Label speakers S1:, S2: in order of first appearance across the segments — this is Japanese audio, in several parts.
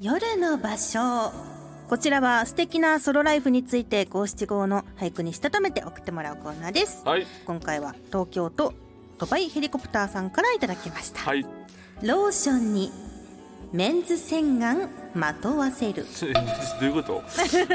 S1: 夜の場所こちらは素敵なソロライフについて五七五の俳句にしたためて送ってもらうコーナーです
S2: はい
S1: 今回は東京都ドバイヘリコプターさんからいただきました、
S2: はい
S1: ローションにメンズ洗顔まとわせる
S2: どういうこと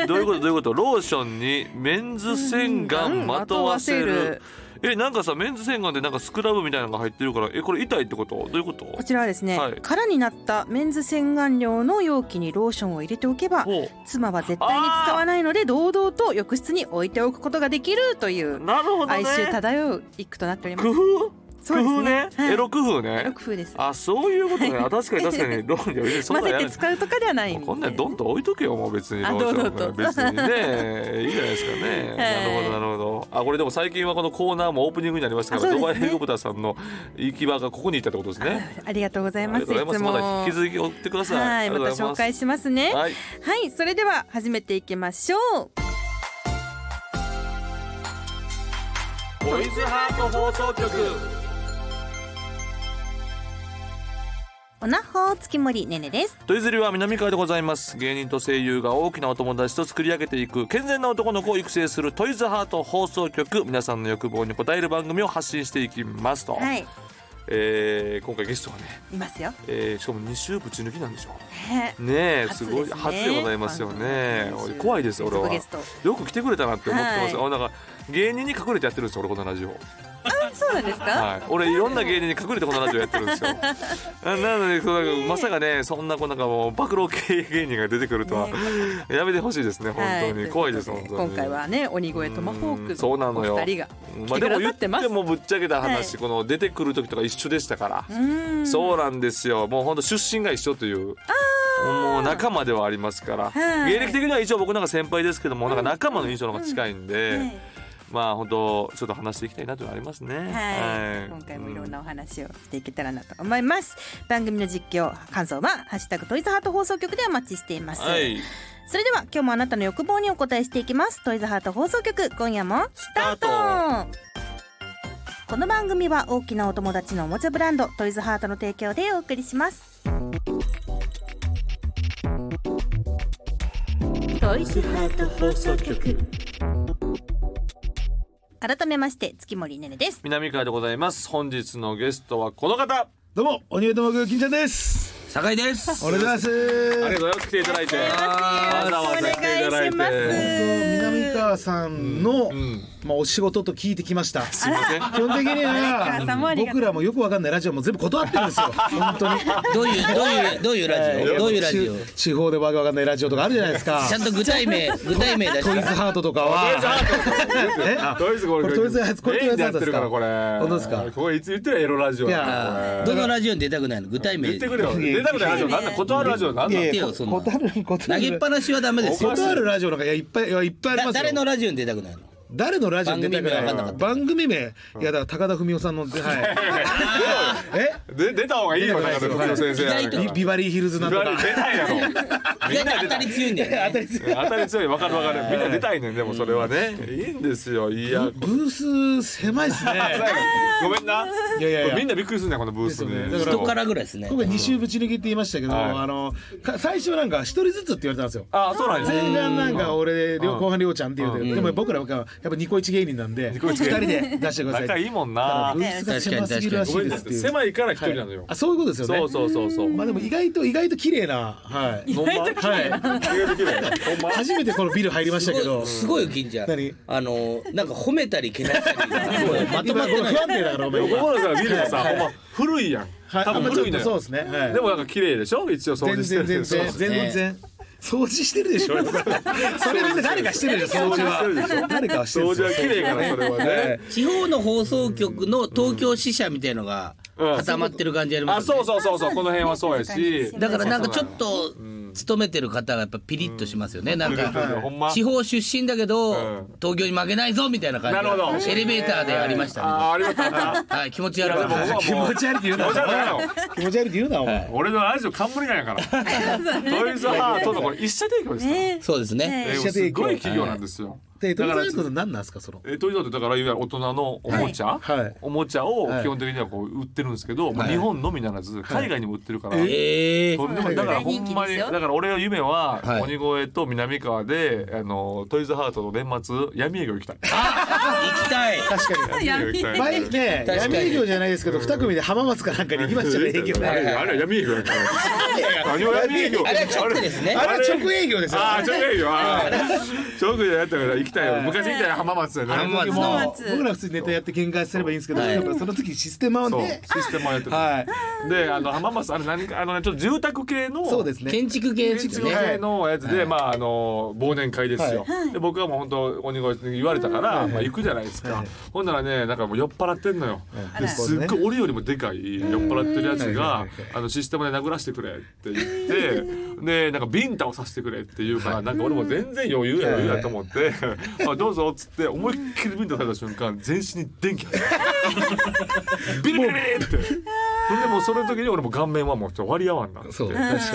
S2: どういうことどういうことローションにメンズ洗顔まとわせるえなんかさメンズ洗顔でなんかスクラブみたいなのが入ってるからえこれ痛いってことどういうこと
S1: こちらはですね、
S2: はい
S1: 空になったメンズ洗顔料の容器にローションを入れておけば
S2: ほ
S1: 妻は絶対に使わないので堂々と浴室に置いておくことができるというう
S2: なるほど
S1: 哀
S2: ね
S1: 愁漂う一句となっております
S2: 工夫
S1: そう
S2: 工
S1: です
S2: 夫ね
S1: はい
S2: エロ工夫
S1: エロ
S2: ね
S1: 工夫です
S2: あそういうことねあ確かに確 かにローションそん
S1: 混
S2: な
S1: ぜ
S2: んや
S1: て使うとかではない
S2: こんなんどんどん置いとけよもう別に
S1: あ
S2: ローション
S1: どうぞどうぞ
S2: 別にねいいじゃないですかね、
S1: はい
S2: なるほどなるほどあこれでも最近はこのコーナーもオープニングになりましたか
S1: あ
S2: ら、
S1: そう
S2: ド
S1: です
S2: バ
S1: ね
S2: イヘリコプターさんの行き場がここにいたってことですね
S1: ありがとうござい
S2: あ
S1: ます
S2: りがとうございますまだ引き
S1: いつも
S2: 続き追ってください
S1: は
S2: あ
S1: い
S2: り
S1: ま
S2: が
S1: た
S2: とうござい
S1: 紹介
S2: ます
S1: しますね
S2: はい
S1: はい、それでは始めていきましょう。
S2: ボイズハート放送局
S1: おなほ月森ねねです。
S2: といずりは南海でございます芸人と声優が大きなお友達と作り上げていく健全な男の子を育成するトイズハート放送局皆さんの欲望に応える番組を発信していきますと、
S1: はい、
S2: えー今回ゲストはね
S1: いますよ。
S2: えー、しかも2週ぶち抜きなんでしょ
S1: ね
S2: ねえ
S1: 初
S2: す
S1: ですね
S2: ごい初でございますよね
S1: 番組
S2: 俺怖いです俺は
S1: ゲスト
S2: よく来てくれたなって思ってます、
S1: はい
S2: あなんか芸人に隠れてやってるんですよ俺このラジオ、
S1: そうなんですか。
S2: はい、俺いろんな芸人に隠れてこのラジオやってるん ですよななのでそうなんかまさかねそんなこうなんかもう暴露系芸人が出てくるとは、
S1: ね
S2: やめてほしいですね本
S1: はい
S2: 当に、
S1: とうこ
S2: 怖
S1: と
S2: いです本当に
S1: 今回はね、鬼越トマホー
S2: うん
S1: ク。
S2: そうなのよ
S1: お二人が。
S2: まあ、
S1: 来てく
S2: で
S1: だ
S2: も
S1: さ
S2: 言
S1: っ
S2: ってて
S1: ます
S2: もぶっちゃけた話、
S1: は
S2: この出てくる時とか一緒でしたから
S1: うーん
S2: そうなんですよ。もう本当出身が一緒という。もう仲間ではありますから、
S1: はい
S2: 芸歴的には一応僕なんか先輩ですけども、なんか仲間の印象の方が近いんで、
S1: はい
S2: まあ本当ちょっと話していきたいなというのはありますね。
S1: はい、今回もいろん
S2: な。
S1: なお話をしていけたらなと思います。番組の実況、感想はハッシュタグトイズハート放送局でお待ちしています。
S2: はい、
S1: それでは今日もあなたの欲望にお答えしていきますトイズハート放送局今夜もスタート
S2: スタ
S1: この番組は大きなお友達のおもちゃブランドトイズハートの提供でお送りしますトイズハート放送局改めまして月森ねねです
S2: 南川でございます。本日のゲストはこの方。
S3: どうも、おにげともぐ金ちゃんです。
S4: 酒井です。
S3: お願いします。
S2: ありがとうございます。来ていただいて。わざわざ来ていただい
S1: お願いしま
S2: て。
S1: す
S3: 南川さんの、まあ、お仕事と聞いてきました。
S2: すいません。
S3: 基本的に
S1: 川さんもあ
S3: は
S1: りがとう
S3: 僕らもよくわかんないラジオも全部断ってるんですよ。本当に。
S4: どういう、どういう、どういうラジオ、どういうラジオ。
S3: 地地方でわけわかんないラジオとかあるじゃないですか
S4: ち。ゃんと具体名、具体名出し
S3: トイズ
S4: て。
S3: ハートとかは。えあ
S2: とりあえずこれ
S3: これとりあえずやつこれとりあえずやつ
S2: やってるからこれ
S3: 本当ですか
S2: これいつ言ってるエロラジオやからこれ
S3: い
S4: どのラジオに出たくないの、具体名。
S2: 言って
S4: 投
S2: くれよ出たくないラジオなんだ断るラジオなんだ
S3: いや
S4: て
S3: いや
S4: よそんなの
S3: 断る断
S4: げっ
S3: る
S4: ぱなしはダメですよ。
S3: 断るラジオなんかいやいっぱいいやいっぱいありま
S4: だ
S3: すよ
S4: 誰のラジオに出たくないの。
S3: 誰のラジオに出たくない
S4: 番組名わかんなかった
S3: 番組名いやだから高田文夫さんのはい え
S2: で出た方がいいよ
S3: 出た
S2: だか
S3: 方がいい
S2: ら先生
S4: 意外と
S3: ビビバリーヒルズなんとか
S2: 出たいやろ
S4: 意外と当たり強いんだよね。
S2: 当たり強いわかるわかるみんな出たいねんでもそれはねいいんですよいや
S3: ブース狭いですね
S2: ごめんない
S3: やいやいや
S2: みんなびっくりするねこのブース
S3: ですよ
S2: に
S3: ねだ
S4: 人からぐらいですね。
S3: 今回2週ぶち抜きって言いましたけど、
S2: はい
S3: あのか最初なんか1人ずつって言われたんですよ
S2: あそうなんです
S3: 前
S2: ね
S3: 半なんか俺りょう後半りょうちゃんって言うて
S4: うん
S3: でも僕らはやっぱニコイチ芸人なんで2人で出してください
S2: 仲いいもんな
S3: ブースが狭すぎるらし
S2: ご
S3: い
S2: めん
S3: で
S2: な
S3: すっ
S2: さ
S3: てい
S2: いう狭いから一人なのよ
S3: あそういうことですよね
S2: そうそうそうそう
S3: まあでも意外と意外と綺麗なはい
S2: ほんま
S3: はい
S2: 気ができないほんま
S3: 初めてこのビル入りましたけど
S4: すごいよ金ちゃん
S3: 何
S4: あのなんか褒めたりけなしたり まと
S3: 今こ
S4: まっ
S3: れ
S4: て
S3: 不
S4: ない
S3: 安定だからお前
S2: 僕
S3: 今
S2: もだから見るとさほんま古いやん
S3: はい
S2: 多
S3: あん
S2: 分
S3: まちょ
S2: 古
S3: っ
S2: いの
S3: と
S2: よ
S3: そうですねはい
S2: でもなんか綺麗でしょ一応掃除
S3: 全
S2: して
S3: 然
S2: る
S3: 全然
S2: そう
S3: 全然掃除してるで しょそれみんな誰かしてるでしょ掃
S2: 掃
S3: 除
S2: 除してるでしょ
S3: は誰かはしてるん
S2: 掃除は
S3: ですよ
S2: 綺麗からそれは
S3: は
S2: ね
S3: い
S4: 地方の放送局の東京支社みたいのが
S2: うん
S4: 固まってる感じありま
S2: あ
S4: すよね
S2: そうそうそうそうこの辺はそうやし
S4: だからなんかちょっと勤めてる方がやっぱピリッとしますよね、なん
S2: はいほんま
S4: か地方出身だけ
S2: う
S4: ど、
S2: ん
S4: 東京に負けないぞみたいな感
S2: なるほど
S4: じでエレベーターでありましたね、
S2: あありがとうな
S4: はい、気持ち悪
S2: い
S4: い
S2: やでも僕は
S3: 気持ち悪いって言うなお
S2: 気持ち悪いよ
S3: 前気持ち悪いって言うなお前
S2: 俺のラジオ冠なんや からトイズハートのこれ一社提供ですから
S4: そうですね
S2: えーすごい企業なんですよ
S3: で、ト
S2: だ
S3: イ
S2: か
S3: ザ
S2: ら
S3: らトなんなんですか、その。
S2: えトイザらってだからいわゆる大人のおもちゃ、
S3: はいはい
S2: おもちゃを
S3: はい
S2: 基本的にはこう売ってるんですけど、まあ
S3: はい
S2: 日本のみならず海外にも売ってるから、
S4: ええ
S2: とんでもないだからほんま
S5: 大人気です
S2: にだ
S5: よ
S2: から俺の夢は
S4: はい
S2: 鬼越と南川であのトイズハートの年末闇営業行きたい。
S4: 行きたい。
S3: 確かに。
S2: 闇営業行きたい
S3: 前ね、
S4: 確かに
S3: 闇営業じゃないですけど、二組で浜松かなんかに行きましたね、営業
S2: あれ
S3: ね。
S2: あれは闇営業やから。何を闇営業。
S4: あれはちょっとですね。
S3: あれは直営業ですよ。
S2: ああ、ちょくいいよ。あーちょくやったから行きたいよ。
S3: はい
S2: 昔行ったよ、浜松でね。
S4: 浜松
S3: も
S5: 浜
S3: う
S5: 松
S3: 僕ら普通にネタやって喧嘩すればいいんですけど、
S4: はい
S3: やっぱその時システマを
S2: そう、
S3: ね。
S2: システムをやってた。
S3: はい。
S2: で、あの、浜松、あれ何か、あのね、ちょっと住宅系の、
S3: そうですね。
S4: 建築系です
S2: 築
S4: ね。
S2: 系のやつで、まあ、あの、忘年会ですよ。で、僕はもう本当、鬼越に言われたから、まあ、行くじゃないですか
S3: はい。
S2: ほんならね、なんかもう酔っ払ってんのよ。
S3: うん
S2: ですっごい俺よりもでかい酔っ払ってるやつ
S3: う
S2: が
S3: ん
S2: 「あのシステムで殴らせてくれ」って言ってでなんかビンタをさせてくれって言うからなんか俺も全然余裕や余裕やと思って「あどうぞ」っつって思いっきりビンタされた瞬間全身に電気入るビリビリビリってほんでもうその時に俺も顔面はもう終わりやわんなって。
S4: そう。
S3: 確かにね。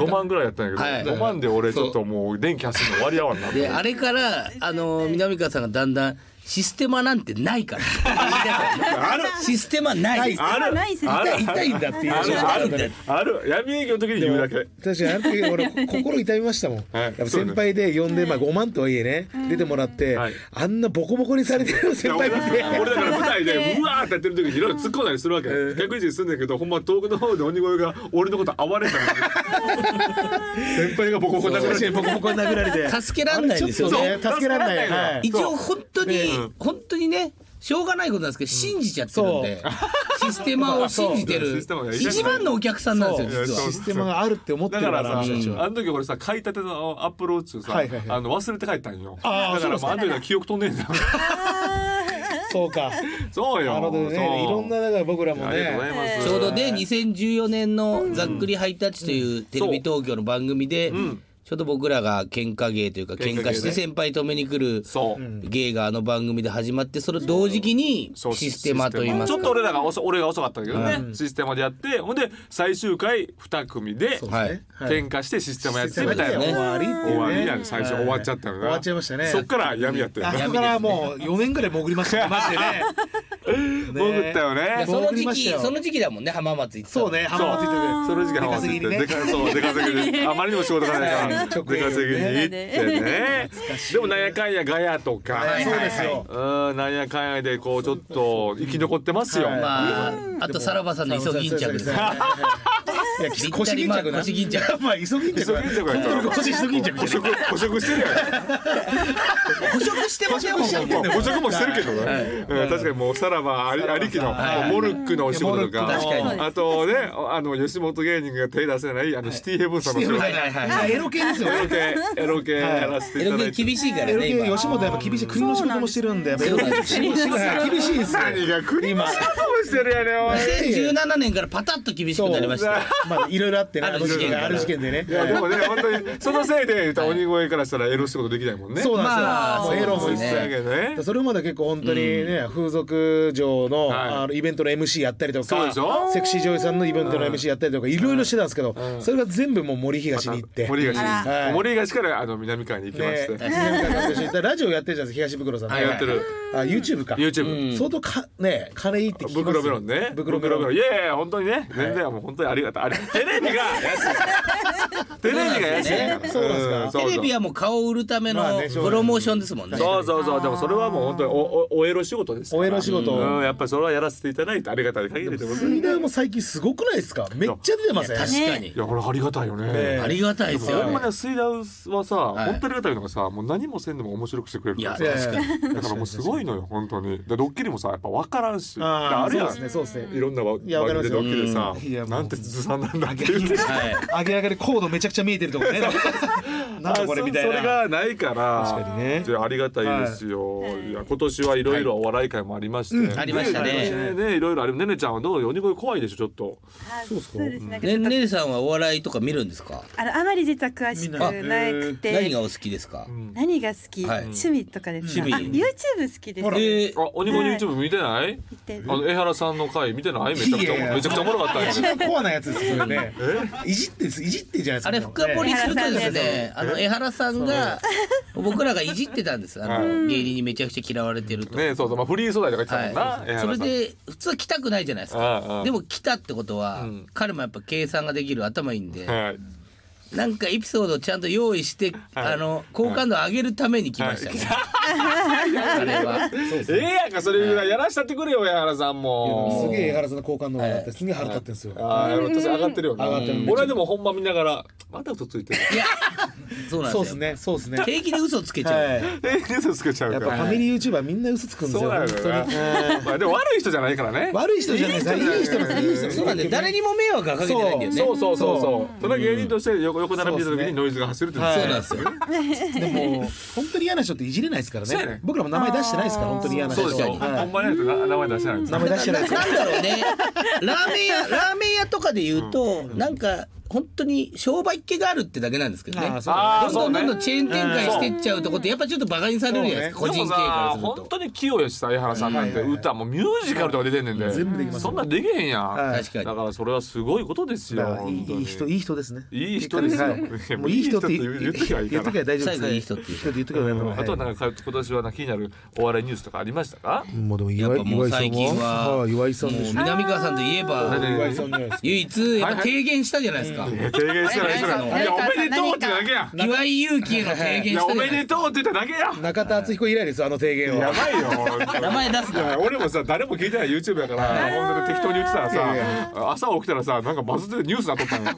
S2: 5万ぐらいやったんや
S4: はい
S2: けど、5万で俺ちょっともう電気走るの終わりやわんなって
S4: で、あれから、あの、南川さんがだんだん、システマなんてないから。 あるシステマない。
S1: あれないですね
S2: あ
S4: 痛
S2: る
S4: い痛いんだっていう。
S2: あるあ
S4: 痛いんだって
S2: るある闇営業の時に言うだけ
S3: 確かにあの時俺心痛み ましたもん、
S2: い
S3: やっぱ先輩で呼んで、まあ、5万とはいえね、出てもらって、
S2: はい
S3: あんなボコボコにされてる先輩見て
S2: 俺だから舞台でうわーってやってる時にいろいろ突っ込んだりするわけ逆位置にすんだけどほんま遠くの方で鬼越が俺のこと哀れんだ 先輩がボコボコなくなっ
S3: 確か
S2: て
S3: にボコボコに殴られて
S4: 助けらんないですよ
S3: あ
S4: ね
S3: れ。ちょっと助けらんない
S2: そう
S3: はい
S4: 一応本当に、本当にね、しょうがないことなんですけど、信じちゃってるんで、システマを信じて
S2: そうシ
S4: る
S2: ステマが、いい
S4: 一番のお客さんなんです
S2: そ
S4: よ、
S2: う
S4: 実は
S2: そう。
S3: システムがあるって思っ
S2: だ
S3: てる
S2: か
S3: からら
S2: さあ
S3: 私たちは
S2: の時俺さ買いたてのアップローチをさあ
S3: はいはいはい
S2: の忘れて帰ったんよだ
S3: あー
S2: からもうあの時は記憶飛んでんじゃん
S3: そうか
S2: そうよ
S3: なるほどねい
S2: そう
S3: ろんなだから僕らも
S2: ありがとうござい
S3: ね
S2: ます
S4: ちょうどね、2014年の「ざっくりハイタッチ」というテレビ東京の番組で、ちょうど僕らが喧嘩芸というか
S2: 喧嘩芸
S4: 喧
S2: ね
S4: 嘩して先輩止めに来る
S2: そう
S4: 芸があの番組で始まってそれ同時期に
S2: そう
S4: システマといいます
S2: ちょっと
S4: か
S2: 俺らが遅俺が遅かったけどね、システマでやってほんで最終回2組で
S3: そう
S4: はい
S3: ですねはい
S2: 喧嘩してシステムやっ
S3: システ
S2: て
S3: ム
S2: みたい
S3: で
S2: な、
S4: ね
S3: 終わりっていうね
S2: 終わりやん最初
S3: はい
S2: 終わっちゃったよな
S3: 終わっちゃいましたね
S2: そっから闇やってる
S3: あ
S2: ね
S3: そこからもう4年ぐらい潜りましたねマジでね
S2: 潜ったよ
S4: いや
S2: ね
S4: その時
S3: 潜りました
S4: 期
S3: よ
S4: その時期だもんね浜松行ってたの
S3: そうね
S2: そう
S3: 浜松行って
S2: その時間は
S3: 出稼ぎにね
S2: でかそう出稼ぎ であまりにも仕事がないから
S3: 直営
S2: 出稼ぎに行ってねでもなんやかんやガヤとか、
S3: はいそうですよ
S2: うんなんやかんやでこうちょっと生き残ってますよ、
S3: はい
S4: まああとさらばさんの急ぎんちゃくです
S3: いや 腰巾着な
S4: 腰巾着
S3: まあ急ぎん
S2: 急
S3: ちゃく
S2: ぎんちゃくやったら
S3: 腰 急ぎんちゃく
S2: 捕食捕食してるやん
S4: 捕食してますよもう
S2: まあ補足もしてるけどね、えー確かにもうさらばありありきの、もうモルックのお仕事とか
S3: モルック
S4: 確か
S2: あとねあの吉本芸人が手出せないあのシティヘブンさんの仕事、
S4: はいはいはい
S3: エロ系ですよね
S2: エロ系エロ系やらせてい
S4: エ
S2: た
S4: ロ
S2: だい
S4: 系
S2: て。
S4: 厳しいから
S3: エロ
S4: ね
S3: 系
S4: 今
S3: 吉本はやっぱ厳しい国の仕事もしてるんでやっぱエロ系仕事が 厳しいですよ
S2: 何が国の仕事もしてるやねんおい
S4: 2017年からパタッと厳しくなりましたよ
S3: まあいろいろあってねあの事件があ
S4: あ
S3: る
S4: る
S3: 事
S4: 事
S3: 件でね
S2: いやでもね本当にそのせいで言うたら鬼越からしたらエロ仕事できないもんね
S3: そう
S2: う
S4: ま
S3: な
S4: あ
S3: んですよもうエロも
S4: そう
S3: 一
S4: です
S3: 切
S2: だけどね
S3: それまで結構本当にね、風俗嬢の,、
S2: はい
S3: あのイベントの MC やったりと
S2: そうでし
S3: か
S2: ょ
S3: セクシー女優さんのイベントの MC やったりとかいろいろしてたんですけど、それが全部もう森東に行って。
S2: 森東
S1: あ
S3: らはい
S2: 森東からあの南海に行きまし
S3: ね
S2: て、
S3: ラジオやってるじゃないですか東袋さん、
S2: やってる
S3: あ YouTube か
S2: YouTube
S3: 相当かね金いいって聞きま
S2: ブ
S3: す
S2: クロメロンね。
S3: ブクロメ
S2: ブ
S3: ロン
S2: いやいや、本当にね。全然もう本当にありがたい。あれ、テレビが安い。 テレビが安いから。
S3: そうなんです
S2: ん
S3: か
S4: テレビはもう顔を売るための
S3: まあね
S4: プロモーションですもんね。
S2: そうそうそう。でもそれはもう本当におおおエロ仕事ですから。
S3: おエロ仕事
S2: うん、やっぱりそれはやらせていただいてありがたい限りでございます。
S3: 水田も最近すごくないですかめっちゃ出てません
S4: 確かに
S2: い。や、これありがたいよ
S3: え
S4: あ
S2: ね。
S4: りがたいで
S2: ほ
S4: すよ
S2: んま
S4: ね。
S2: ね、水田はさ、本当
S4: い
S2: にありがたいのがさ、もう何もせんでも面白くしてくれるから
S4: い
S2: さ
S4: や。
S2: だからもうすごいのよ、本当に。でドッキリもさ、やっぱ分からんし。で
S3: あ
S2: あ
S3: あ
S2: る
S3: そう
S2: や
S3: ですね
S2: ん。
S3: そうですね
S2: いろんな番
S3: いやわかり
S2: 組
S3: ます
S2: でド
S3: よ
S2: ッキリでさ
S3: うんいや、もう
S2: なんてずさんなんだって言って。
S4: は
S3: 上
S4: い。
S3: げ上げでコードめちゃくちゃ見えてるとこね なんだこれみたいな
S2: そそれがないから
S3: 確かにね
S2: じゃあありがたいですよ、い、や今年はいろいろお笑い会もありまして、
S4: ありましたね
S2: ねねいろいろあれねねちゃんはどうよ鬼越怖いでしょちょっと
S1: そうですね。
S4: ねねねさんはお笑いとか見るんですか。
S1: あのあまり実は詳しくなくて、
S4: 何がお好きですか。
S1: 何が好き、
S4: はい
S1: 趣味とかですか。
S4: 趣味
S1: あ YouTube 好きです。
S4: えー
S2: あ鬼越の YouTube 見てない、
S1: 見て
S2: あの江原原さんの回見てないめちゃくちゃおもろめちゃくちゃおもろかったんや
S3: 一番コアなやつですよそれねいじってですいじってじゃないですか
S4: あれ深掘りするとですね、あの江原さんが僕らがいじってたんです。あの芸人にめちゃくちゃ嫌われてると。
S2: ねそうそうまあフリー素材とか言ってたもんな、
S4: はい、それで普通は来たくないじゃないです
S2: あああ
S4: か
S2: あ
S4: でも来たってことは、
S2: ん
S4: 彼もやっぱ計算ができる頭いいんで、
S2: 江原さんはい
S4: なんかエピソードをちゃんと用意して、あの好感度上げるために来ましたね、
S2: え
S4: あれは
S2: えやんかそれぐらいやらしたってくれよ江原さんも
S3: すげえ江原さんの好感度が上がってすげえ腹立ってんですよ
S2: ああ私上がってるよな
S3: 上がってる
S2: 俺はでも本番見ながらまた嘘ついてる
S4: いやそうなんで
S3: そ
S4: すよ
S3: うですねそうですね
S4: 平気で嘘つけちゃう、
S3: は
S2: ええ嘘つけちゃう
S3: いや
S2: か
S3: っ
S2: ら
S3: ぱファミリー YouTuber みんな嘘つくんで
S2: そ
S3: す
S2: う
S3: よ
S2: な
S3: 本
S2: のよ
S3: 当に
S2: なまあでも悪い人じゃないからね
S3: 悪い人じゃないですいい人なんですいい人
S4: そうなんで誰にも迷惑がかけてないんだよね
S2: そうそうそうそうそれは芸人として横横並び見た
S3: そう
S2: 時
S3: です
S2: に
S3: ね
S2: ノイズが走るっていう
S3: はい
S4: そうなんですよ
S3: でも本当に嫌な人っていじれないですから
S2: そうやね
S3: ね僕らも名前出してないですから本当に嫌な
S2: そ
S3: 人
S2: うですよ。
S3: は
S2: ほ
S3: い
S2: んまにな名前出してないんです
S3: 名
S2: よ。
S3: 前出してない
S4: な
S3: ですか
S4: なんだろうねラーメン屋ラーメン屋とかで言うと、なんか本当に商売っ気があるってだけなんですけどね
S3: あーそう
S2: ああ、そ
S4: ど
S2: うん
S4: どん
S2: ね
S4: どん。どんチェーン展開してっちゃうとことやっぱちょっとバカにされるじゃないですか、
S2: で
S4: 個人
S2: も
S4: 経営から
S2: さ、
S4: する
S2: 本
S4: と
S2: 当に器用やしさ、江原さんなんて歌もミュージカルとか出てんねんで。
S3: 全部できます
S2: そんなんできへんやん。
S3: は
S4: 確か
S2: だ
S4: に
S2: からそれはすごいことですよ。
S3: だからい
S2: 本当
S3: い
S2: に
S3: いい人いい人ですね
S2: いい人ですよ
S3: はいもういい人って言
S2: いい人って言う言っときゃいいから
S3: 言っときゃ大丈夫です
S4: 最後いい人って言う
S3: いい人って言っときゃ大丈夫
S2: あとはなんか今年はな気になるお笑いニュースとかありましたか？
S3: もうでも
S4: やっぱもう最近は
S3: はい岩井さんで
S4: もう
S3: しょ
S4: 南川さんといえば
S2: 何
S3: 岩井さんじゃないですか
S4: 唯一やっぱ提言したじゃないですか、
S2: いや提言してないしてない。いやおめでとうってだけやん。
S4: 岩井勇気への提言
S2: い
S4: し
S2: やお
S4: たじゃな
S2: め
S4: いで
S2: ですとうって言っただけやん。
S3: 中田敦彦以来ですよあの提言
S2: や
S3: は
S2: ばいよ。
S4: か名前出す
S2: いや
S4: な
S2: 俺もさ誰も聞いてない YouTube だから本当に適当に言ってたらさ朝起きたらさなんかバズってるニュースなっとったのよ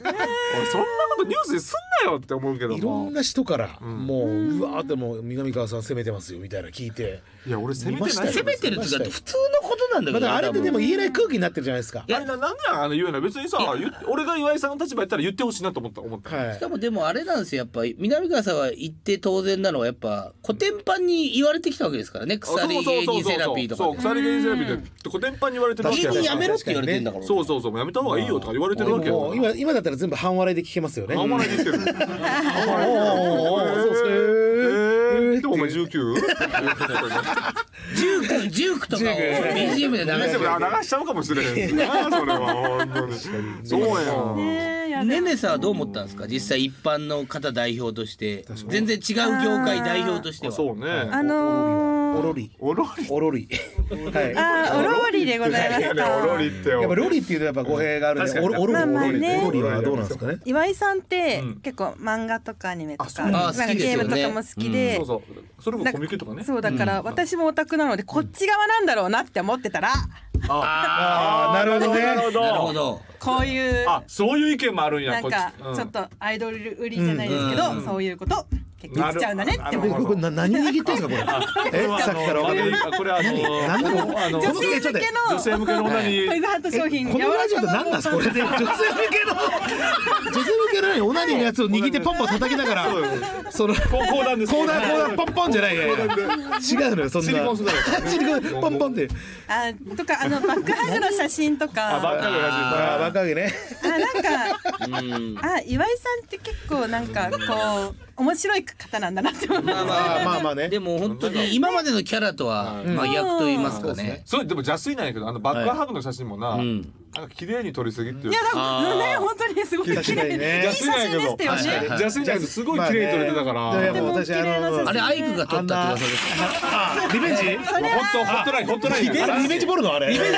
S2: 俺そんなことニュースにすんなよって思うけど
S3: いろ
S2: も
S3: んな人からもううわーってもう南川さん攻めてますよみたいな聞いて
S2: いや俺責めて
S3: 見ま
S2: ない
S3: した
S4: 攻
S3: よ
S4: めてるってだって普通のことなんだ
S3: ま
S4: か
S3: あだから
S4: ら
S3: あれってでも言えない空気になってるじゃないですか
S4: いや
S2: あれななんであの言うの別にさ言って俺が岩井さんの立場やったら言ってほしいなと思った思った、
S3: は
S4: しかもでもあれなんですよやっぱ南川さんは言って当然なのはやっぱ古典版に言われてきたわけですからね
S2: そう
S4: 鎖芸人セラピーとか
S2: そう
S4: で
S2: 鎖芸人セラピーで古典版に言われてるわけ
S4: 芸人
S2: や
S4: や
S2: か
S4: めろって言われてんだから
S2: らそうそうそうやめた方がいいよとか言われて
S3: で
S2: るわけ
S3: もも
S2: よ
S3: う今今だったら全部半笑いで聞けますよね
S2: 守られてきてる
S3: おーおーおーそうそう
S2: え
S3: え
S2: ー、
S3: ー
S2: でもお前 19?
S4: 19 19とかを BGM で流
S2: で
S4: し
S2: も
S4: て
S2: 流しちゃうかもしれ へんなそれは本当にそうやん
S4: ねねさんはどう思ったんですか実際一般の方代表として全然違う業界代表としては
S2: そうね
S1: あの
S3: お
S1: ー、
S3: ろり
S2: おろり
S3: お ろりはいや
S1: あー、おろりでございま
S2: や
S1: す
S2: ねおろ
S1: か。
S2: りって
S3: っぱ
S2: よ
S3: ロリっていうとやっぱ語弊があるんで
S2: う
S3: お
S2: ん
S3: ろおろり
S1: まあまあね
S3: おろりはどうなんですかね
S1: 岩井さんって、
S2: うん
S1: 結構漫画とかアニメとか、
S2: あ
S1: なん
S4: そ
S1: か
S4: うあ好きです
S1: ゲ
S4: よ
S1: ー
S4: ね
S1: ムとかも好きで。
S2: そうそうそれもコミケとかね
S1: そうだから、私もオタクなのでこっち側なんだろうなって思ってたら、
S3: ああなるほどね
S2: なるほど
S4: なるほど
S1: こういう
S2: あそういう意見もあるんや
S1: なんか
S2: こっ
S1: ちょっとアイドル売りじゃないですけど、そういうこと結局しちゃうんだねって
S2: なる
S1: 思
S2: ほ
S1: う。
S2: ど
S3: これな何握ってんすかこれ えさっきから分かんない
S2: これあ
S3: 何
S2: の
S3: でもあの
S1: 女性向け
S2: 女性向けの女に
S1: のトイズハート商品
S3: このラジオって何なんで すかこれで女性向けの女性向けの何オナニーのやつを握ってパンパン叩きながらその
S2: こうこうなんです
S3: コーナーコーナーポンポンじゃないね違うのよそんな
S2: シリコン素材
S3: シリコンポンポンって
S1: あとかあのバックハグの写真と
S2: あば
S1: か
S2: っ
S1: あ
S2: かりの
S3: あ
S2: や
S3: ー若いね
S1: なんか
S4: うん
S1: あ岩井さんって結構なんかこう面白い方なんだなって思って
S4: まあま
S3: ま
S4: あ
S3: あまあまあね
S4: でも本当に今までのキャラとは真逆と言いますかね
S2: つそれでも邪推なんやけどあのバックハグの写真もな、
S4: ん
S2: なんか綺麗に撮りすぎっていう
S1: いやで
S4: あ
S1: も
S4: ー
S1: ね本当にすごく綺
S3: 確かに
S1: 麗
S3: ね
S1: いい写真でしたよ
S4: 確かに
S1: ね。
S2: 邪推なんやけどすごい綺麗に撮れてたから、
S3: まあねで
S1: で
S3: も
S1: も
S3: 私
S1: 綺麗な写
S3: あの
S1: 真
S4: あれアイクが撮ったって噂です
S3: あリベンジ
S2: もうホットホットラインホットラインやから
S3: リベンジボルノあれリベンジ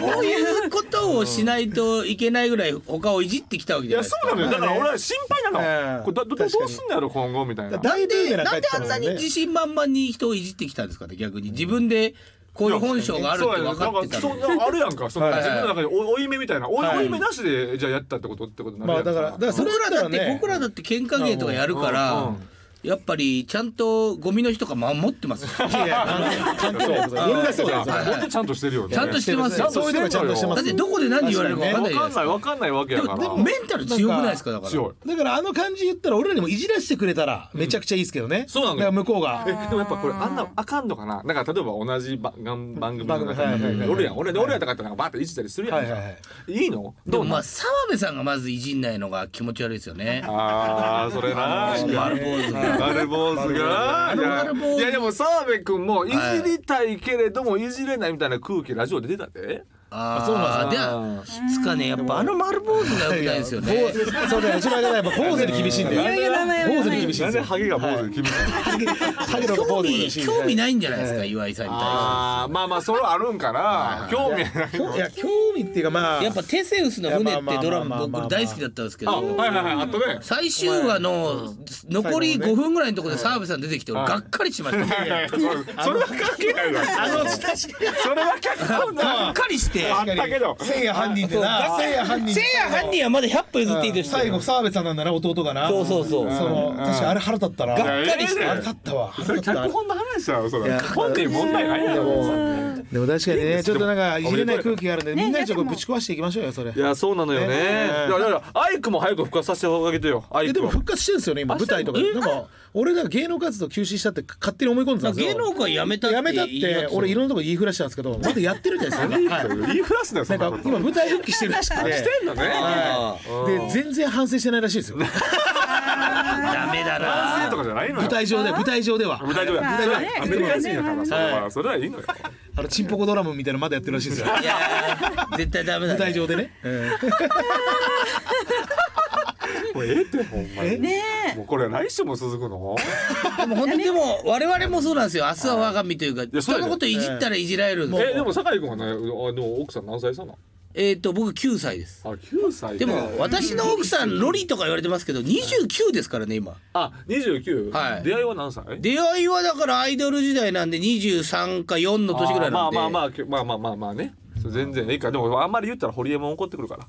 S4: こういうことをしないといけないぐらい他をいじってきたわけ
S2: い
S4: じゃ
S2: や
S4: ないです
S2: そ
S4: か
S2: うなのよだから俺は心配な
S3: う
S2: の
S3: ん
S2: これだどどう
S3: 確かに
S2: すんのやろ今後みたいな
S3: だいぶ有名
S4: なん
S3: 帰っ
S4: で
S3: てきた
S4: あん
S3: も
S4: なに
S3: ね
S4: 自信満々に人をいじってきたんですかね逆に自分でこういう本性があるって
S2: そうや
S4: 分
S2: ねな
S4: か
S2: ん
S4: って
S2: か
S4: た
S2: そ
S4: の
S2: ん
S4: に
S2: なあるやんかその
S3: はい
S2: 自分の中でお追い目みたいな追い
S3: はい
S2: 追い目なしでじゃあやったってことってことになるや
S3: まあ
S2: んか
S3: だからだからそれ
S4: 僕
S3: ぐら
S4: ら
S3: いだ
S4: だ
S3: ら
S4: って
S3: ね
S4: 僕らだって喧嘩芸とかやるか
S2: うん
S4: ら
S2: うん
S4: やっぱりちゃんとゴミの日とか守っ てますよ
S3: いやいやちゃんと
S2: そう
S3: 俺がそうだよ
S2: だからほんとちゃんとしてるよね
S4: ちゃんとしてますよ
S2: ちゃん
S3: そういうとこちゃんとしてま
S4: だっ
S3: す
S4: てどこで何言われるか分かんない
S2: わ
S4: じゃな
S2: かん
S4: い
S2: ないわかんないわけやから
S4: ですかメンタル強くないですかだから
S2: 強い
S3: だからあの感じ言ったら俺らにもいじらしてくれたらめちゃくちゃいいですけどね
S2: そうなのよ
S3: だから向こうが
S2: えでもやっぱこれあんなあかんのかななんか例えば同じ番番番組の
S3: 番組はいはいは
S2: 中
S3: い
S2: で俺やん俺で俺やったかってなんかバーっていじったりするやん
S3: はいはいは
S2: かいいの
S4: で
S2: ど
S4: も
S2: う
S4: ま
S2: な
S4: あ澤部さんがまずいじんないのが気持ち悪いですよね。
S2: あーそれな
S4: 丸坊主が
S2: 丸坊主が。いや
S4: 丸坊主
S2: いやでも澤部君もいじりたいけれどもいじれないみたいな空気ラジオで出たで。
S4: ああ
S3: そうなんです
S4: ですね。いつかね、やっぱあの丸坊主が良くないですよね。
S3: そうだよ、うちの間やっぱ坊主に厳しいんだよ。坊主に厳しいん
S2: なん
S3: です
S2: で
S3: よ。
S2: ハゲが坊主に厳しい。
S3: ハゲの方が
S4: 興
S3: 坊主に厳
S4: 味
S3: しい。
S4: 興味ないんじゃないですか、岩井さんに対し
S2: ああまあまあそれはあるんかな。興味ない。
S3: いや、興味っていうかまあ。
S4: て。やっぱテセウスの船ってド
S3: まあまあまあまあ
S4: ラ
S3: ま
S4: マ
S3: あ
S4: 僕大好きだったんですけ
S2: あ
S4: ど。
S2: はいはいはいあとね。
S4: 最終話の残り
S3: 最後のね
S4: 5分ぐらいのところで澤部さん出てきて俺がっかりしました
S2: いやいやそれは関係ないわ。あの確かにそれは関係
S4: がっ
S2: な
S4: かりして
S2: い。あったけど。
S3: せいや犯人でな。せいや犯人。
S4: せいや犯人はまだ100歩譲っていいです
S3: 最後澤部さんなんだな弟がな
S4: そうそうそう
S3: その確かあれ腹立ったな
S4: がっかりして
S3: あれ立ったわ
S2: それ脚本の話だろそれ。本人問題ないやろ。
S3: でも確かにねちょっとなんかいじれない空気があるんでみんなでちょっとぶち壊していきましょうよそれ
S2: いやそうなのよね。い
S3: ね
S2: やだからアイクも早く復活させてあげてよ。ア
S3: え
S2: イ
S3: で
S2: ク
S3: も
S2: を。
S3: 復活してるんですよね今舞台とかでなんか俺なんか芸能活動休止したって勝手に思い込んでたんですよ
S4: 芸能界やめたって
S3: やめたって俺いろんなとこ言いふらしたんですけどまだやってるじゃないですか、はい、
S2: 言いふらすなよそ
S3: な
S2: んな
S3: んか
S2: こと。
S3: 今舞台復帰してるらしくて
S2: してんのね。
S4: あ
S3: で全然反省してないらしいですよ
S4: ーダメだ
S2: 男性
S4: な
S2: とかじゃないの
S3: 舞
S2: よ。
S3: 台上で舞台上では
S2: 舞台上
S1: 舞台上ね
S2: や。アメリカ人やからそれ
S3: は
S2: はそれはいいのよ。
S3: あのチンポコドラムみたいなのまだやってるらしいですよ
S4: いやー絶対ダメ だ
S3: 舞台
S4: ね
S3: 上でね、うん
S2: もうええってほんまに。
S1: ねえ
S2: もうこれ来週も続くの？
S4: でも本当にでも我々もそうなんですよ明日は我が身というか
S2: やそう
S4: 人
S2: だよ
S4: のこといじったらいじられるんですよ
S2: えでも酒井君はねあでも奥さん何歳さなの？
S4: えっと僕9歳です
S2: あ九歳。
S4: でも私の奥さんロリとか言われてますけど29ですからね今
S2: あ二十九。
S4: はい
S2: 出会いは何歳？
S4: 出会いはだからアイドル時代なんで23か4の年ぐらいなんで
S2: あーまあまあまあきゅまあまあまあまあね。そう全然いいからでもあんまり言ったらホリエモン怒ってくるから。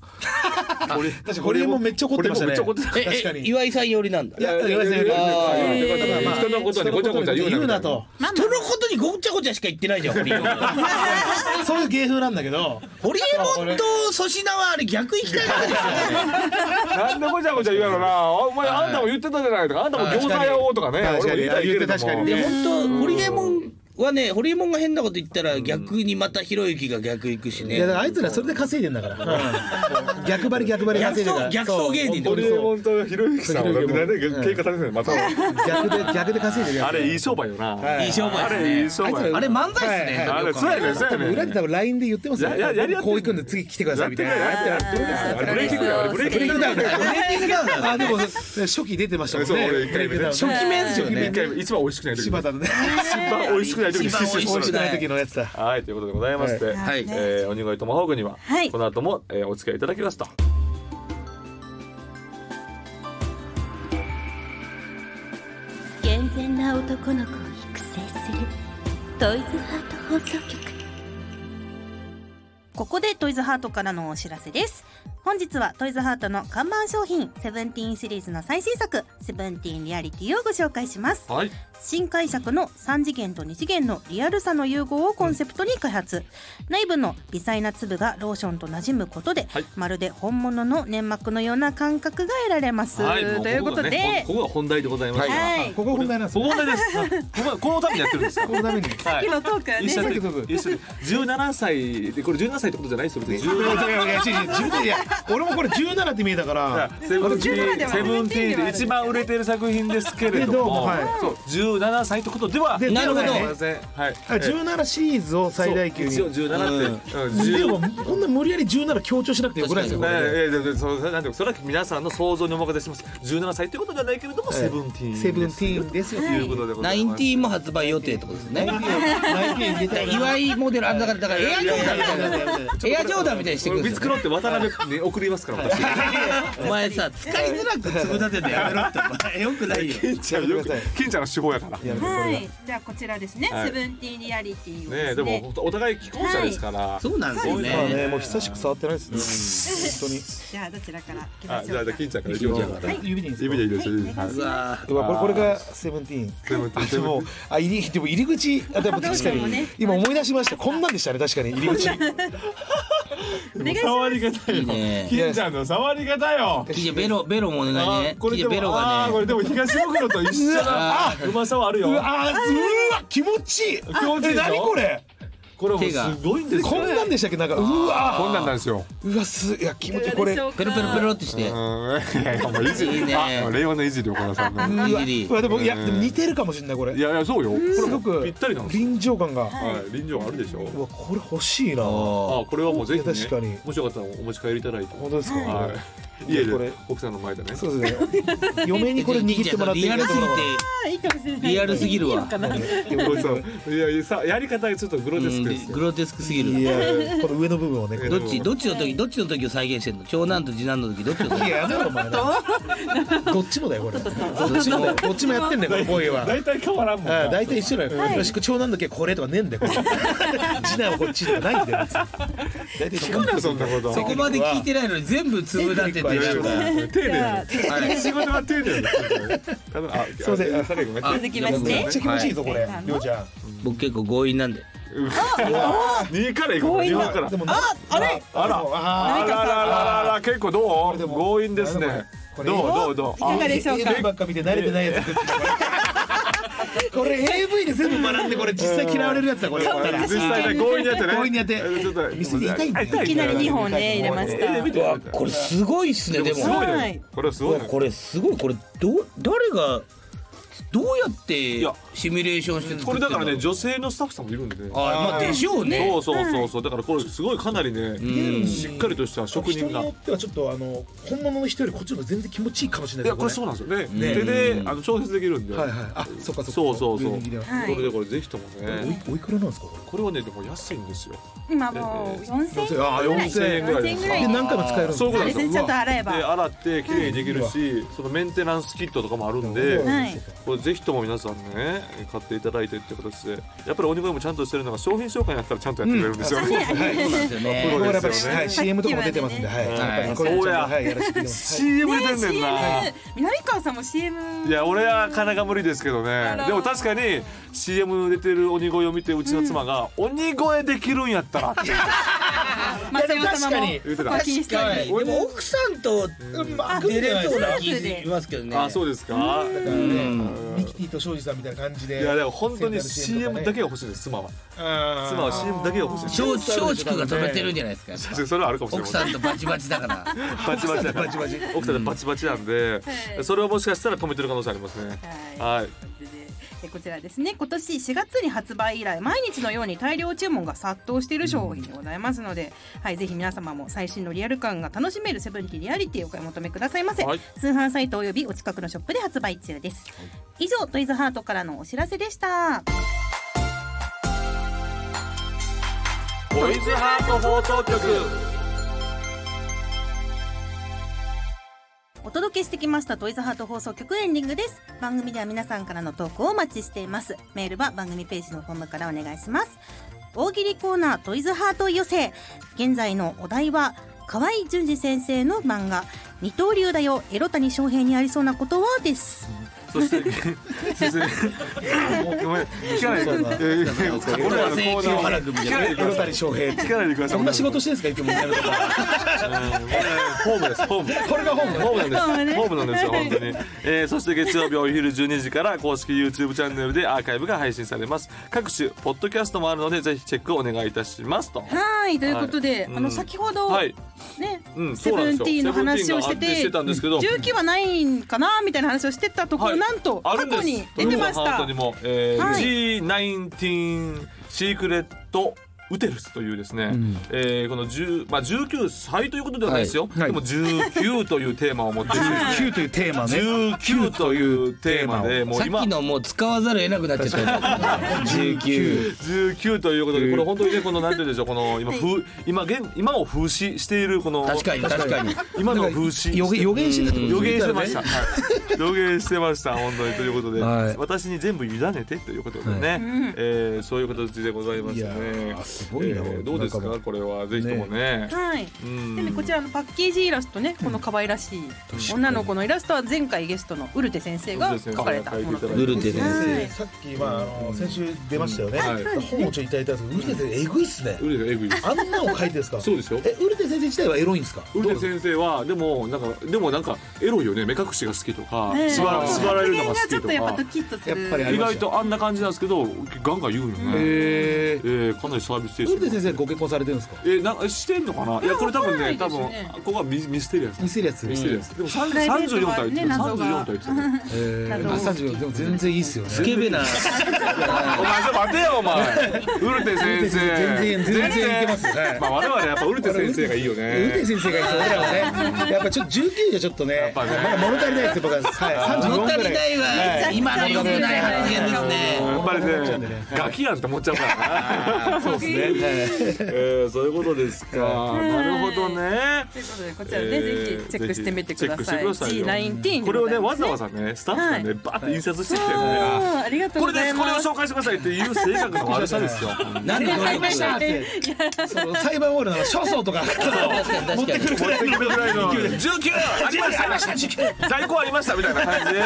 S2: 確か
S3: にホリエモンめっちゃ怒ってました
S2: め
S3: ね
S2: っちゃ怒ってた。
S4: え
S3: 確かに
S4: え岩井さん寄りなんだ
S3: いやいやいやいやいやいやいやいや
S2: 人のことにごちゃごちゃ言うな
S3: 言うなと
S1: まあ
S4: 人のことにごちゃごちゃしか言ってないじゃんホリエモン
S3: そういう芸風なんだけど
S4: ホリエモンと粗品はあれ逆行きたいわけですよね
S2: なんでごちゃごちゃ言うやろな。あお前あんたも言ってたじゃないとか。あんたも餃子屋をとかね。
S3: 確かに
S2: 俺も言いたい
S3: 確か
S2: けれども
S3: に
S4: で本当ホリエモンはねホリエモンが変なこと言ったら逆にまたひろゆきが逆行くし
S3: いやだか
S4: ね
S3: らあいつらそれで稼いでんだから逆張り逆張り稼いでるから
S4: 逆走逆走芸人
S2: ホリエモンとひろゆきさんは
S3: そう
S2: なん
S3: ひろゆきも
S2: で喧嘩されてるのまた。
S3: 逆で逆で稼いでるやつ
S2: あれいい商売よな。
S3: はい
S4: い商売
S2: あ
S4: です
S2: れい
S4: ね
S2: い商売。
S4: あれ漫才っすね
S2: あれそうやねんそうやねん。
S3: 裏で多分 LINE で言ってますよ
S2: やややり合って
S3: こう行くんで次来てくださいみたいな
S2: やってるやんあれブレイキングだよあれブレイキン
S3: ブレ
S2: グ
S3: イクダウンだよ あでも初期出てましたもん
S2: そう
S3: ね
S2: 俺一回目ね
S3: 初期面ですよ
S2: 一
S3: ね
S2: 回目一番美味しくない時
S3: 柴田のね
S2: 一番美味しくない時に
S4: 一番美味
S3: 美味しくない時のやつだ
S2: はいということでございまして、
S1: はいはい
S2: えー鬼越トマホークには、
S1: はい
S2: この後も、えーお付き合いいただきますと。
S5: 健全な男の子を育成するトイズハート放送局
S1: ここでトイズハートからのお知らせです本日はトイズハートの看板商品セブンティーンシリーズの最新作セブンティーンリアリティをご紹介します
S2: はい。
S1: 新解釈の3次元と2次元のリアルさの融合をコンセプトに開発内部の微細な粒がローションと馴染むことで、
S2: はい
S1: まるで本物の粘膜のような感覚が得られます、
S2: も
S1: ということで、
S2: ねここが本題でございます。
S1: はい
S2: あ
S3: ここ本題なんです
S2: ここ本題です。はいこ こはこのためにやってるんですよ。
S3: このために
S2: は
S1: 今トークはね
S2: 一緒
S3: さっ
S2: に
S3: きの部分
S2: 一緒に17歳でこれ17歳ってことじゃないですよ別に
S3: い
S2: 17
S3: やいやいやいや17いや俺もこれ17って見えたから
S2: セブンティーン
S1: 17
S2: セブンティーンで一番売れてる作品ですけれども、
S3: けどはい
S2: そう17歳ってことでは
S3: で
S4: なるほど
S3: でも
S2: ごめん
S3: ね
S2: なさいはい
S3: あ17シリーズを最大級に
S2: 一応17って、うん
S3: で
S2: 10
S3: もこんな無理やり17強調しなくてよくないですよこ
S2: ね
S3: れで
S2: ええででそのなんていうかそれは皆さんの想像にお任せします。17歳ということではないけれども、セブンティーンです。
S3: セブンティーンですよ
S2: ということでご
S4: ナ
S2: ざ
S4: イ
S2: い
S4: ン
S2: ます。
S4: ティーンも発売予定ってことですね
S3: 19入れたい
S4: 岩井モデルあんだからだからエアジョーダンみたいなエアジョーダンみたいにしてくるん
S2: ビ
S4: で
S2: ス
S4: す
S2: ク
S4: よ
S2: ロって渡辺に送りますから私。
S4: お前さ使いづらくつぶ立ててやめろってお前よくないよ
S2: 金ちゃんよく金ちゃんの手法やから。ね
S1: はい、じゃあこちらですね、
S2: はい
S1: セブンティーンリアリティをで
S2: え
S1: す
S2: で
S1: ね
S2: もお互い既婚者ですから。
S4: そうなんですよ
S3: まあね
S4: ね
S3: もう久しく触ってないですね
S1: じゃあどちらからいきま
S2: あ
S1: し
S2: じゃ
S1: ょ
S2: あ
S1: うか
S2: じゃあ金ちゃんから行きましょうか
S3: 本当に指でいいんです
S2: 指
S3: か
S2: でいいですよ。はいう
S4: わー
S3: うわこれこれがセブンティーン
S2: セブンティーン
S3: あでもあ入りでも入り口あでも確か
S1: どうしてもね
S3: に今思い出しましたこんなんでしたね確かに入り口
S1: お願いします
S2: 触り方よ。
S4: ね
S2: 金ちゃんの触り方よ。
S4: キジベロベロもお願いね
S2: これ
S4: キジ
S2: でも
S4: ベロ
S2: あ
S4: が
S2: ーこ
S4: ね
S2: れでも東袋と一緒だ。あうまさはあるよ。
S3: うわあうわ気持ちいい
S2: 気持ちいいでしょ
S3: え何これ
S2: これもう
S4: 手
S2: す
S4: が
S2: ごいんですよ
S3: こんなんでしたっけなんかうわ
S2: こんなんなんですよ
S3: うわすいや気持ちいいこれうわ
S4: ペロペロペロってして
S2: うんいやいやもういじ
S4: いいね
S2: あ令和のいじり岡田さんの
S4: いじり
S3: うわでもいやでも似てるかもしれないこれ
S2: いやいやそうよこれ
S3: す
S2: も
S3: ごく
S2: ぴったりなんですよ
S3: 臨場感が
S2: はい臨場あるでしょ
S3: うわこれ欲しいな本
S4: お
S2: あこれはもうぜひね
S3: いや確かに
S2: もしよかったらお持ち帰りいただいて
S3: 当ですか
S2: は
S3: こ
S2: い
S3: じゃ
S2: 家
S3: あこれ
S2: で奥さんの前でね
S3: れそうですね嫁にこれ握ってもらっていい
S4: リアルすぎて
S1: いいかもしれない
S4: リアルすぎるわ
S1: いいのかな
S2: そうそういやいやさやり方がちょっとグロ
S4: う
S2: テスクで
S4: ん
S2: す
S4: グ
S2: よ
S4: ロテスクすぎ
S3: い
S4: る
S3: やこの上の部分をね
S2: え
S4: どっちどっちの時どっちの時を再現してんの長男と次男の時どっちの時
S3: いややめろお前などっちもだよこれどっちもだよどっちもやってんだよこの恋は
S2: 大体変わらんもん
S3: あ
S2: な
S3: あ大体一緒だよ、よし長男だけはこれとかねえんだよこれ次男はこっちとかないんだよ別に大体一緒
S2: 聞くなそんなこと
S4: そこまで聞いてないのに全部つぶだってて
S2: いや
S4: ないんか
S2: やいや丁寧
S1: じ
S2: に仕事は丁寧にただあ
S3: すいません
S2: あ酒井ごめん
S4: あ
S1: 続きまして
S3: めっちゃ気持ちいいぞこれ
S1: はい
S3: りょうちゃん
S4: 僕結構強引なんで
S2: 2位から行こう日本から
S3: でもなあ
S1: あれ
S2: あら
S3: あ
S2: あららららら結構どう
S3: れでも
S2: 強引ですね
S3: こ
S2: どう
S3: れ
S2: どうどう
S1: いかが
S2: あ
S1: でしょうか
S3: AV ばっか見て慣れてないやつ食ってきたこれ AV で全部学んでこれ実際嫌われるやつだこれ
S2: これ実際ね強引にやってね
S3: 強引にやって
S2: ちょっと
S3: 店で痛いんだよ
S1: いきなり2本ね入れました
S2: え見て見て
S4: これすごいっすねですも
S2: ごい
S1: は
S2: ね
S1: い
S2: これはすごいね
S4: これすごいこれどう誰がどうやって
S2: や
S4: シミュレーションして作
S2: こ
S4: って
S2: れ
S4: んの
S2: だからね女性のスタッフさんもいるんでね
S4: あまあでしょうね
S2: そうそうそうそうだからこれすごいかなりね
S4: ん
S2: しっかりとした職
S3: 人
S2: 人
S3: に
S2: が
S3: よってはちょっとあの本物の人よりこっちの方が全然気持ちいいかもしれ
S2: い
S3: ない
S2: やこれそう
S3: う
S2: なんですよね
S4: ね
S2: 手であの調節できるんで
S3: はいはいあそっかそっか
S2: そうそうそう
S3: 上に握りは
S1: はい
S2: それでこれぜひとも
S3: おい
S2: ね
S3: おいくらなんですかこ
S2: これはねでも安いんですよ
S1: 今もう4000
S3: れあ
S1: 円
S2: 4000円ぐらい
S1: 4000円ぐ
S3: で何回も使えるんです
S2: そういうことなん
S1: そうで
S2: です
S1: すね
S2: よ
S1: ちゃんと洗えば
S2: で洗ってきれいにできるしそのメンテナンスキットとかもあるんで
S1: はい
S2: これぜひとも皆さんね買っていただいてって形でやっぱり鬼越もちゃんとしてるのが商品紹介になったらちゃんとやってくれるんですよ、
S4: そうなんですよ
S2: プ
S4: ね
S2: ロ
S3: これや
S2: で
S3: っぱ
S2: すよ
S3: は
S2: ね
S3: い CM とかも出てますんではい
S4: い
S3: やっぱりこれちょっとはいやらせていただきますはい
S2: CM 出てんねんな、
S1: 南川さんも CM
S2: いや俺は金が無理ですけどね
S1: ら
S2: でも確かに CM 出てる鬼越を見てうちの妻が「鬼越できるんやったら」って
S1: 松山様も
S3: いや
S2: でも確かに
S1: そこは気にして
S4: は
S1: ない
S4: いでも奥さんと
S3: うんまあ
S4: 出れそうな気しますけどね
S2: あそうですか
S3: ミキティと庄司さんみたいな感じで
S2: いやでも本当に CM だけが欲しいです妻は妻は CM だけが欲しいです
S4: 松松竹が止めてるんじゃないですか
S2: 確かに それはあるかもしれ
S4: 奥
S2: ない
S4: さんとバチバチだから
S2: バチバチだから奥さんでバチバチなんでそれをもしかしたら止めてる可能性ありますね
S1: は
S2: はいい
S1: ということでえこちらですね今年4月に発売以来毎日のように大量注文が殺到している商品でございますので、はい、ぜひ皆様も最新のリアル感が楽しめるセブンティーリアリティをお買い求めくださいませ、
S2: はい
S1: 通販サイトおよびお近くのショップで発売中です、以上トイズハートからのお知らせでした
S2: トイズハート放送局
S1: お届けしてきましたトイズハート放送局エンディングです番組では皆さんからの投稿をお待ちしていますメールは番組ページのフォームからお願いします大喜利コーナートイズハート寄せ現在のお題は河合淳二先生の漫画二刀流だよエロ谷翔平にありそうなことはです
S2: そして先生ごめん聞かないで俺らのコーナー聞かないでくだ
S3: 黒
S2: さい
S3: 谷翔平って
S2: 聞かないでください
S3: どんな仕事してんすかいつもみたいなとこ
S2: ホームですホームこれがホームホームなんですホームなんですよ本当に、えー、そして月曜日お昼12時から公式 YouTube チャンネルでアーカイブが配信されます各種ポッドキャストもあるのでぜひチェックお願いいたしますと
S1: はいということで、
S2: はい
S1: あ
S2: う
S1: の
S2: ん
S1: 先ほど、
S2: はい、
S1: ね、
S2: うん、
S1: セ
S2: そうなん
S1: ブ
S2: で
S1: ンテ
S2: すよ
S1: ィーンの話をして
S2: セブンティーンの話してたんですけど
S1: 19はないんかなみたいな話をしてたところ、
S2: はい
S1: なんと
S2: あ
S1: 過
S2: るんで
S1: 去
S2: す
S1: に出てまし
S2: 本当
S1: た
S2: にもう、えー
S1: はい
S2: G19 シークレットウテルスというですね、えーこの10、まあ、19歳ということではないですよ、
S3: いはい
S2: でも19というテーマを持ってき て
S3: 9というテーマね
S2: 19というテーマでもう
S4: さっ
S2: 今
S4: きのもう使わざるを得なくなっちゃった19
S2: 19ということでこれ本当にねこのなんて言うんでしょうこの今風今現今を風刺しているこの
S4: 確かに確かに
S2: 今の風刺
S3: 予言予言してた
S2: 予言してました、はい、 予言してました本当にということで、
S3: はい
S2: 私に全部委ねてということでね、えーそういう形でございました
S3: い
S2: ね
S3: やーすごいな
S2: えーどうです
S3: なん
S2: かこれはぜひともね
S1: はい
S2: うん
S1: でもこちらのパッケージイラストねこの可愛らしい女の子のイラストは前回ゲストのウルテ先生が描かれたものと
S2: ウ
S4: ル
S2: ル
S4: ルテ先生
S1: はい
S3: さっきまああの先週出ましたよね
S2: はい
S3: 本をちょいただいたんですけどウルテ先生えぐいっすね
S2: ウルテがエグいです
S3: あんなの書いてですか
S2: そうですよ
S3: えウルテ先生自体はエロいんですか
S2: ウルテ先生はでもなんかでもなんかエロいよね目隠しが好きとか
S1: ええ
S2: 縛ら縛られるのが
S1: 発言ちょ
S2: 好
S1: っとやっぱド
S2: きとか
S1: キッとする
S3: やっぱりあれ
S2: 意外とあんな感じなんですけどガンガン言うよね
S3: え
S2: えー、かなりサービビス精
S3: ウル
S2: 神
S3: テ先生ご結婚されてるんですか
S2: えなんしてんのかないやこれ多分ね多
S1: わかん
S2: 分
S1: ないですよね
S2: ここはミミステリアス
S3: ミステリアス
S2: ミステリアスでも
S1: プライベ
S2: 三
S1: ー
S2: 十
S1: ト
S2: 四
S1: は
S2: 体って
S1: ね
S2: 言ってた三
S1: 謎
S2: 十
S1: が
S2: 四体って言ってた
S3: え
S1: なる
S3: ー、
S1: ほど
S3: あ34でも全然いいっすよね
S4: スケベな
S2: お前ちょっと待てよお前 ウルテ先生
S3: 全然全然いけますよはい
S2: まあ我々やっぱウルテ先生がいいよね
S3: ウルテ先生がいいです俺らはねやっぱちょっと19じゃちょっとね
S2: ぱね
S3: まだ物足りないですよ僕は、はい、34ぐ
S4: 物
S3: ら
S4: 足りないは今の良くない発言ですね
S2: やっぱり
S3: 思っちゃうんで
S2: ね
S3: ね
S2: ガキやんって思っちゃうからな そうですね、えー、そういうことですかなるほどね
S1: ということでこちらね、ぜひチェックしてみてください。
S2: えーぜひチェックしてくださいよ
S1: G19 で
S2: これ
S1: ご
S2: を
S1: ざ
S2: ね
S1: いま
S2: わ
S1: す
S2: ざわざねスタッフがね、
S1: は
S2: バーって印刷してきてね、
S1: そうありがとう
S2: こ
S1: ご
S2: れで
S1: ざい
S2: すこれを
S1: ます。
S2: 紹介してくださいっていう性格の悪さですよ
S4: なんで努力した
S3: いその裁判終わるなら少々とか
S4: 確かに確かに
S2: 持ってくるぐらいの19ありました在庫ありましたみたいな感じで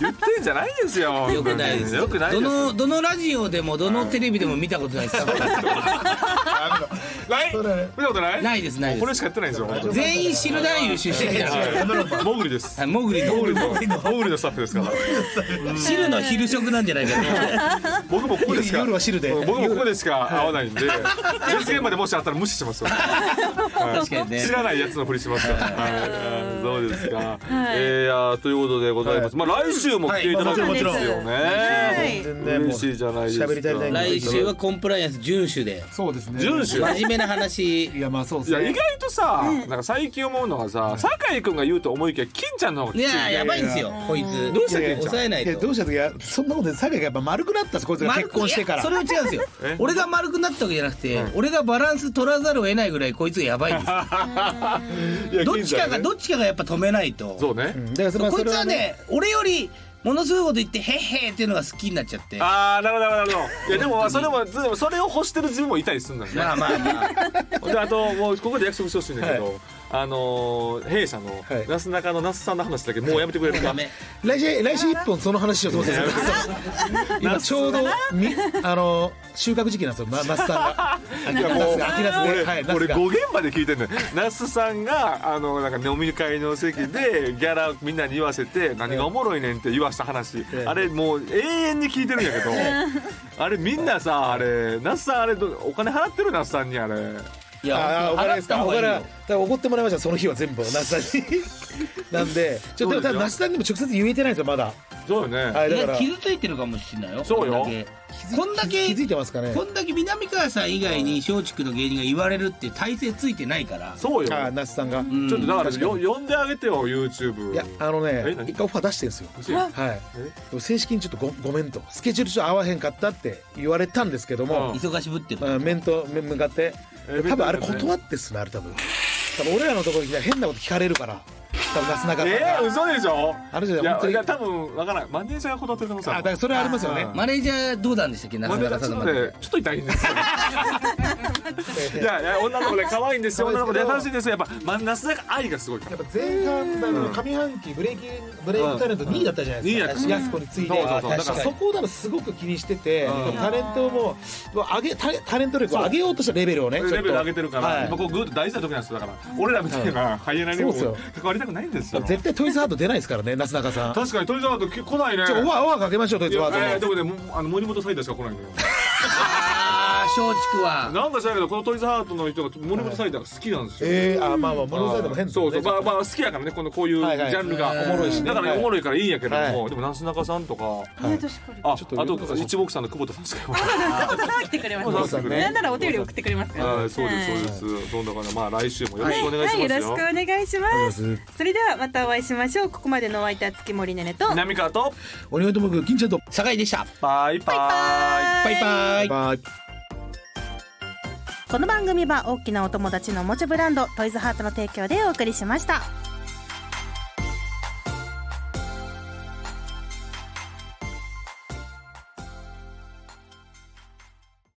S2: 言ってんじゃないですよ
S4: 良くないです
S2: よくないで
S4: ど
S2: す
S4: のどのラジオでもどのテレビでも見たことないです
S2: ない見た
S3: それ
S2: ことない
S4: ないですないで
S2: これ
S4: す
S2: しかやってないんですよ本当に
S4: 全員知る男優出身じゃないです
S2: はいモグリです
S4: かモグリの
S2: モグリのモグリのスタッフですから
S4: 汁の昼食なんじゃないかな
S2: 僕もここでしか
S3: 夜は汁で
S2: うん僕もここでしか会わないんで別現場でもしあったら無視しますよ
S4: 確かにね
S2: 知らないやつのふりしますから。はい、そうですか。えーいやーということでございます。まあ来週も来ていただくんですよ
S1: は
S2: ね。
S1: い
S3: 全然
S2: 嬉
S3: もう
S2: しいじゃないですか。
S3: 喋りたいだけ
S4: 来週はコンプライアンス遵守で
S3: そうですね
S2: 遵守。
S4: 真面目な話
S3: いやまあそうで
S2: い
S3: す
S2: や
S3: ね
S2: 意外とさ、なんか最近思うのがさ、酒井君が言うと思いきや金ちゃんの方が
S4: い
S2: きついね。
S4: ややばいんですよこいつ
S2: どうしたケンちゃん
S4: 抑えないい
S3: やど
S4: と
S3: うした時はそんなことで酒井がやっぱ丸くなったんですこいつが
S4: 丸
S3: 結
S4: く
S3: 婚してから
S4: いやそれは違うんですよ
S2: え
S4: 俺が丸くなったわけじゃなくて俺がバランス取らざるを得ないぐらいこいつがやばいんですよ
S2: いや。
S4: どっちかがど
S2: っ
S4: っちかがやっぱ止めないと
S2: そうね。
S3: うんだから
S4: こいつはね俺よりものすごいこと言ってへっへーっていうのが好きになっち ゃって
S2: ああなるほどなるほどなるほど。いやでもまあそれもでもそれを欲してる自分もいたりするんだよね。
S4: まあまあまあ
S2: であともうここで約束してほしいんだけど、
S3: は
S2: あのー弊社の
S3: はい
S2: なすなかの那須さんの話だけもうやめてくれるか、
S4: ダメ
S3: 来週来週一本その話しようと思ってたんですよ今ちょうどみあの収穫時期なんですよまマスさんが
S2: いやもう
S3: 秋ナスね
S2: 俺、
S3: はいナス
S2: 俺
S3: が
S2: 5現場で聞いてんのよ那須さんがあのなんか飲み会の席でギャラみんなに言わせて何がおもろいねんって言わした話
S3: ええ
S2: あれもう永遠に聞いてるんやけどあれみんなさあれ那須さんあれどお金払ってる那須さんにあれ
S4: い
S3: ああお金ですかお金だ
S4: 払っ
S3: か
S4: た
S3: ら怒ってもらいましたその日は全部那須さんになんでちょっとでもただ那須さんにも直接言えてないんですよまだ
S2: そうよね、
S3: はい
S4: 方がい
S3: だ
S4: いよい
S3: か
S4: や
S3: ら
S4: 傷ついてるかもしれないよ
S2: そうよ
S4: こんだけこんだ
S3: 気づい
S4: け
S3: てますかね
S4: こんだけ南川さん以外に松竹の芸人が言われるっていう体制ついてないから
S2: そうよ
S3: ああ那須さんが
S4: ん
S2: ちょっとだから
S3: 確かに
S2: よ呼んであげてよ YouTube
S3: いやあの
S2: え
S3: ね
S2: 何
S3: 一回オファー出してるんですよはい
S2: え
S3: でも正式にちょっとごごめんとスケジュールちょっと合わへんかったって言われたんですけども、
S2: うん
S4: 忙しぶってる
S3: うん面と面向かって
S2: え面と
S3: 多分あれ
S2: 向かって
S3: 断ってっすねあれ多分多分俺らのところに来たら変なこと聞かれるから多分なすなかった
S2: えー、
S3: ら
S2: 嘘でしょ
S3: あれじゃない
S2: いや
S3: 本当に
S2: いや多分わからないマネージャーが断ってる可能性
S3: あ
S2: あ
S3: だ
S2: る
S3: からそれはありますよね
S2: あ
S4: マネージャーどうなんでしたっけな
S2: マ
S4: か
S2: ネー
S4: な
S2: ジャ
S4: か
S2: ーち
S4: さ
S2: ょ
S4: ん
S2: っ
S4: の
S2: とねちょっと痛いんですよいやいや女の子 で可愛いんですよ女の子で優しいんですよやっぱ真ん中愛がすごいから
S3: やっぱ前半だの上半期ブレイキブレイクタレント2位だったじゃないですか、
S2: うんうん
S3: やす子について
S2: そうそうそう
S3: だから
S2: 確か
S3: そ
S2: に
S3: こを多分すごく気にしてて、
S2: うん
S3: タレントをもうもう上げタレタレント力を上げようとしたレベルをね
S2: レベル上げてるから、
S3: はい
S2: 今こうグーッと大事な時なんですよだから俺らみたいなハイエナにも
S3: そう
S2: 関
S3: っす
S2: わりたくないんですよ
S3: 絶対トイズハート出ないですからねなすなかさん
S2: 確かに鳥沢と来ないね
S3: ちょオファーオファーかけましょうトイ
S2: い
S3: ズハ
S2: や
S3: ートも
S2: えーでもねもうあの森本サイダーしか来ないの よ
S4: あー松竹は
S2: なんか知らんけどこの鳥沢ハートの人が森本サイダーが好きなんですよ、
S3: えー、あまあまあ物差しでも変です
S2: そ
S3: よ
S2: うそう、
S3: ね
S2: まあまあ好きやからね、このこういうジ
S3: はいはい
S2: ャンルが、
S3: おもろいしね
S2: だからね
S3: はい
S2: おもろいからいいんやけども、
S3: は
S2: でもなすなかさんとか、
S1: ね確かに。
S2: あ、あ
S3: ょっと呼んでくださ
S2: と
S3: い
S2: 一目散の久保田さんしか。
S1: あお子さんは来てくれま
S2: お子
S1: す
S2: さん
S1: ね。
S2: ね
S1: なんならお手入れ送ってくれますから。
S2: はい、そうです、そうです、どんな感じ、まあ、来週もよろしくお願いします
S1: はい、
S2: よ。
S1: よろしくお願いします。それではまたお会いしましょう。ここまでのお相手は月森ねねと。
S2: 南川と、
S3: 鬼越トモク金ちゃんと
S4: 酒井でした
S2: バイバイ。
S4: バイバイ
S3: バイ
S1: この番組は大きなお友達のおもちゃブランドトイズハートの提供でお送りしました。